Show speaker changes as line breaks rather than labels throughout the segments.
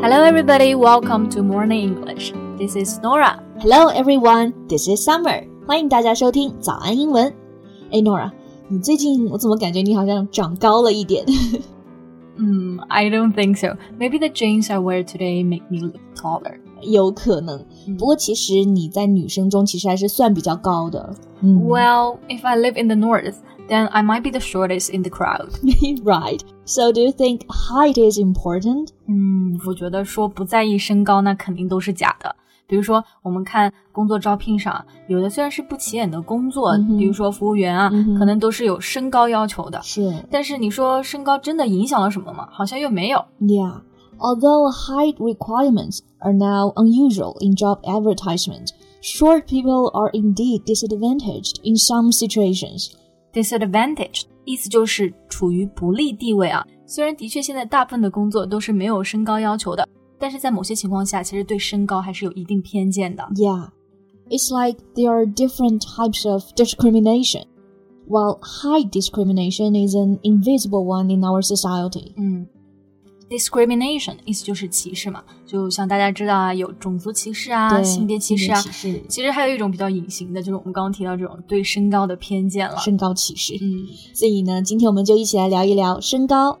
Hello, everybody. Welcome to Morning English. This is Nora.
Hello everyone, this is Summer. 欢迎大家收听早安英文。哎，Nora，你最近我怎么感觉你好像长高了一点？
Hmm, I don't think so. Maybe the jeans I wear today make me look taller.
有可能，不过其实你在女生中其实还是算比较高的。嗯
Well, if I live in the north, then I might be the shortest in the crowd.
right. So do you think height is important?
嗯，我觉得说不在意身高，那肯定都是假的。比如说，我们看工作招聘上，有的虽然是不起眼的工作，
嗯哼
比如说服务员啊，
嗯哼
可能都是有身高要求的。
是
但是你说身高真的影响了什么吗？好像又没有。
Yeah. Although height requirements are now unusual in job advertisement, short people are indeed disadvantaged in some situations.
disadvantage，意思就是处于不利地位啊。虽然的确现在大部分的工作都是没有身高要求的，但是在某些情况下，其实对身高还是有一定偏见的。
Yeah. It's like there are different types of discrimination. While height discrimination is an invisible one in our society.
嗯，discrimination 意思就是歧视嘛，就像大家知道啊，有种族歧视啊、
对
性别歧视啊
性别歧视。
其实还有一种比较隐形的，就是我们刚刚提到这种对身高的偏见了。
身高歧视，
嗯，
所以呢，今天我们就一起来聊一聊身高。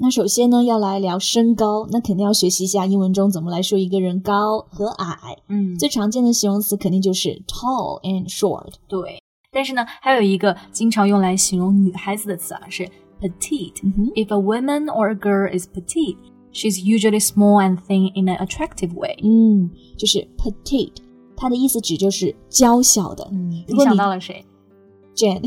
那首先呢，要来聊身高，那肯定要学习一下英文中怎么来说一个人高和矮。
嗯，
最常见的形容词肯定就是 tall and short。
对。但是呢，还有一个经常用来形容女孩子的词啊，是 petite。
嗯哼
If a woman or a girl is petite, she's usually small and thin in an attractive way.
嗯，就是 petite，它的意思指就是娇小的。如
你
果
想嗯到了谁？
Jane，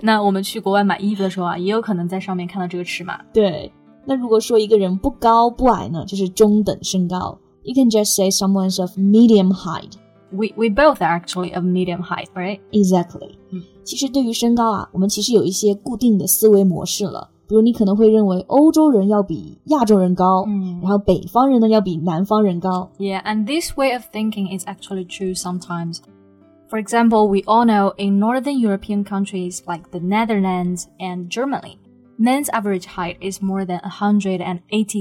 那我们去国外买衣服的时候啊，也有可能在上面看到这个尺码。
对。那如果说一个人不高不矮呢，就是中等身高。You can just say someone's of medium height.
We we both are actually of medium height, right?
Exactly.
嗯
其实对于身高啊，我们其实有一些固定的思维模式了。比如你可能会认为欧洲人要比亚洲人高，
嗯
然后北方人呢要比南方人高。
Yeah, and this way of thinking is actually true sometimes. For example, we all know in northern European countries like the Netherlands and Germany, men's average height is more than 180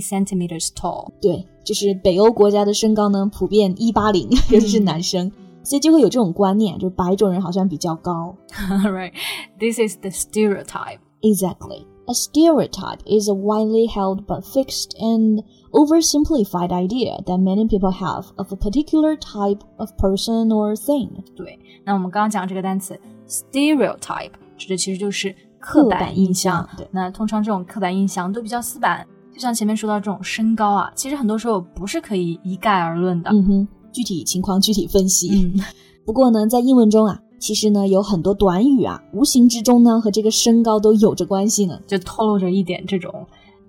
centimeters tall.
对，就是北欧国家的身高呢，普遍一八零， 尤其是
嗯
男生，所以就会有这种观念，就是白种人好像比较高。
right. This is the stereotype.
Exactly. A stereotype is a widely held but fixed and oversimplified idea that many people have of a particular type of person or thing.
对，那我们刚刚讲这个单词 stereotype，指的其实就是刻板印象。
刻板印象对
那通常这种刻板印象都比较死板，就像前面说到这种身高啊，其实很多时候不是可以一概而论的。
嗯哼，具体情况具体分析。
嗯
不过呢，在英文中啊，其实呢有很多短语啊，无形之中呢和这个身高都有着关系呢。
就透露着一点这种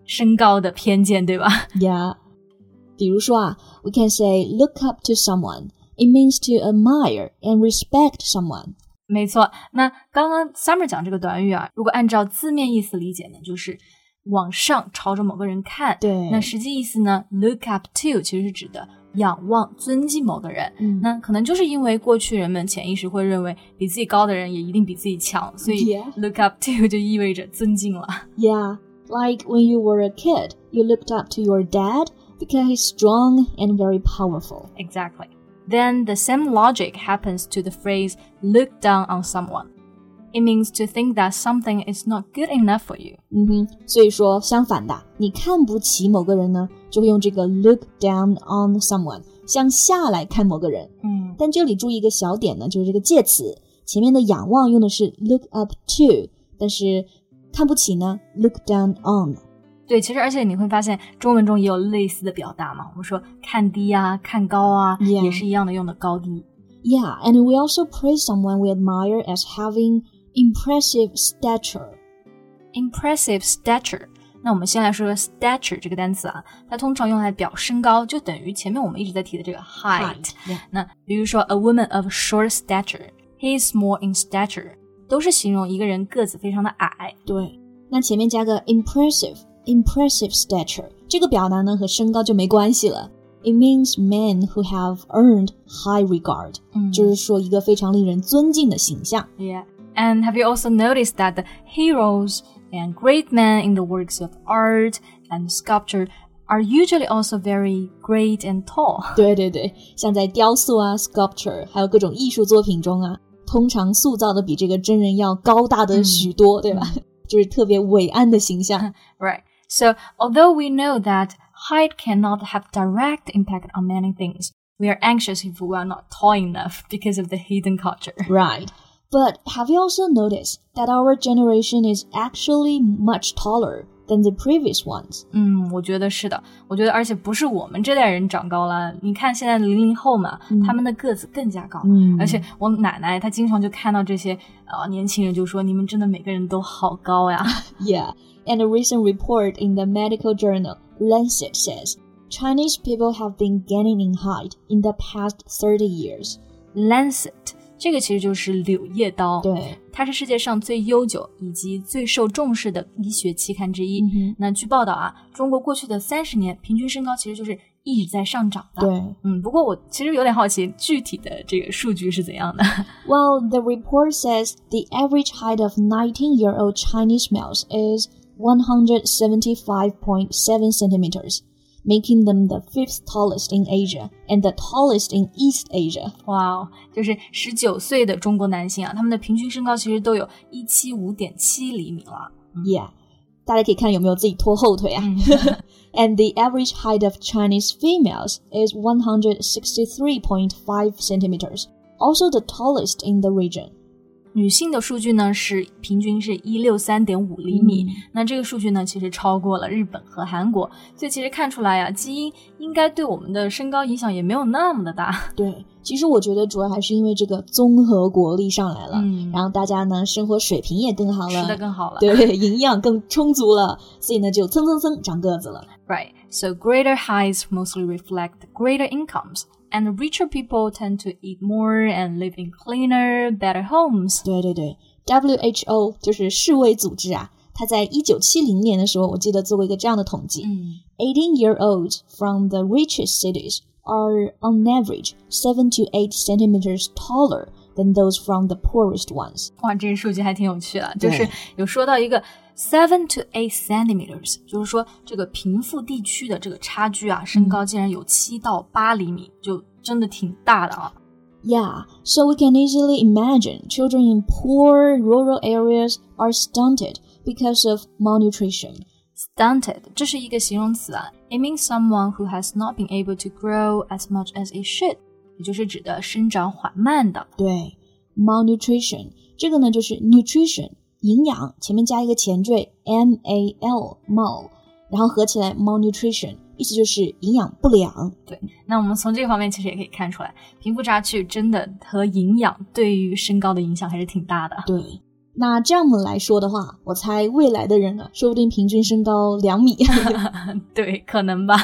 身高的偏见，对吧？
Yeah. 比如说啊，we can say look up to someone. It means to admire and respect someone.
没错。那刚刚 Summer 讲这个短语啊，如果按照字面意思理解呢，就是往上朝着某个人看。
对
那实际意思呢，look up to 其实是指的仰望、尊敬某个人。
嗯
那可能就是因为过去人们潜意识会认为比自己高的人也一定比自己强，所以
Yeah.
look up to 就意味着尊敬了。
Yeah, like when you were a kid, you looked up to your dad because he's strong and very powerful.
Exactly. Then the same logic happens to the phrase look down on someone. It means to think that something is not good enough for you.
嗯哼，Mm-hmm. 所以说相反的，你看不起某个人呢，就会用这个 look down on someone，向下来看某个人。但这里注意一个小点呢，就是这个介词前面的仰望用的是 look up to，但是看不起呢 look down on。
对，其实而且你会发现，中文中也有类似的表达嘛。我们说看低啊，看高啊
Yeah.
也是一样的，用的高低。
Yeah, and we also praise someone we admire as having impressive stature.
Impressive stature。那我们先来说说 stature 这个单词啊，它通常用来表身高，就等于前面我们一直在提的这个 height。
Yeah.
那比如说，a woman of short stature, he is small in stature. 都是形容一个人个子非常的矮。
对，那前面加个 impressive impressive stature，这个表达呢和身高就没关系了。It means men who have earned high regard，、
嗯
就是说一个非常令人尊敬的形象。
Yeah. And have you also noticed that the heroes and great men in the works of art and sculpture are usually also very great and tall?
对对对，像在雕塑啊、sculpture，还有各种艺术作品中啊，通常塑造的比这个真人要高大的许多，对吧？ 就是特别伟岸的形象。
Right. So, although we know that height cannot have direct impact on many things, we are anxious if we are not tall enough because of the hidden culture.
right. But have you also noticed that our generation is actually much taller than the previous ones?
嗯，我觉得是的，我觉得而且不是我们这代人长高了，你看现在零零后嘛，他们的个子更加高。
嗯
而且我奶奶她经常就看到这些呃年轻人，就说你们真的每个人都好高呀。
Yeah. And a recent report in the medical journal Lancet says Chinese people have been gaining in height in the past 30 years.
Lancet 这个其实就是柳叶刀，
对，
它是世界上最悠久以及最受重视的医学期刊之一。
嗯哼
那据报道啊，中国过去的三十年平均身高其实就是一直在上涨的。，
对。
嗯，不过我其实有点好奇具体的这个数据是怎样的。
Well, the report says the average height of 19 year old Chinese males is 175.7 centimeters, making them the fifth tallest in Asia and the tallest in East Asia.
哇哦，就是十九岁的中国男性啊，他们的平均身高其实都有一七五点七厘米了。
Yeah. 大家可以看有没有自己拖后腿啊。and the average height of Chinese females is 163.5 centimeters, also the tallest in the region.
女性的数据呢是平均是一六三点五厘米，
嗯
那这个数据呢其实超过了日本和韩国，所以其实看出来呀、啊基因应该对我们的身高影响也没有那么的大。
对，其实我觉得主要还是因为这个综合国力上来了，
嗯
然后大家呢生活水平也更好了，
吃的更好了。
对，营养更充足了，所以呢就蹭蹭蹭长个子了。
Right. So greater heights mostly reflect greater incomes, and richer people tend to eat more and live in cleaner, better homes.
对对对，WHO 就是世卫组织啊，它在一九七零年的时候，我记得做过一个这样的统计：eighteen-year-olds from the richest cities are on average seven to eight centimeters taller than those from the poorest ones。
哇，这个数据还挺有趣的，就
对
是有说到一个 seven to eight centimeters，就是说这个贫富地区的这个差距啊，
嗯
身高竟然有七到八厘米，就真的挺大的啊。
Yeah, so we can easily imagine children in poor rural areas are stunted because of malnutrition.
Stunted，这是一个形容词啊，it means someone who has not been able to grow as much as it should，也就是指的生长缓慢的。
对，malnutrition 这个呢就是 nutrition 营养，前面加一个前缀 m a l mal，然后合起来 malnutrition 意思就是营养不良。
那我们从这个方面其实也可以看出来，贫富差距真的和营养对于身高的影响还是挺大的。
对，那这样来说的话，我猜未来的人啊，说不定平均身高两米。
对，可能吧。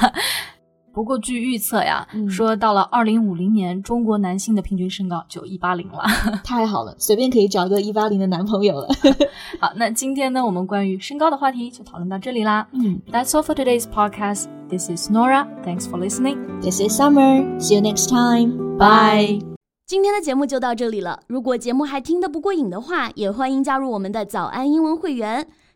不过据预测呀，
嗯
说到了二零五零年，中国男性的平均身高就一八零了。
太好了，随便可以找一个一八零的男朋友了。
好，那今天呢，我们关于身高的话题就讨论到这里啦。
嗯
That's all for today's podcast. This is Nora. Thanks for listening.
，This is summer. See you next time.
Bye.
今天的节目就到这里了。如果节目还听得不过瘾的话，也欢迎加入我们的早安英文会员。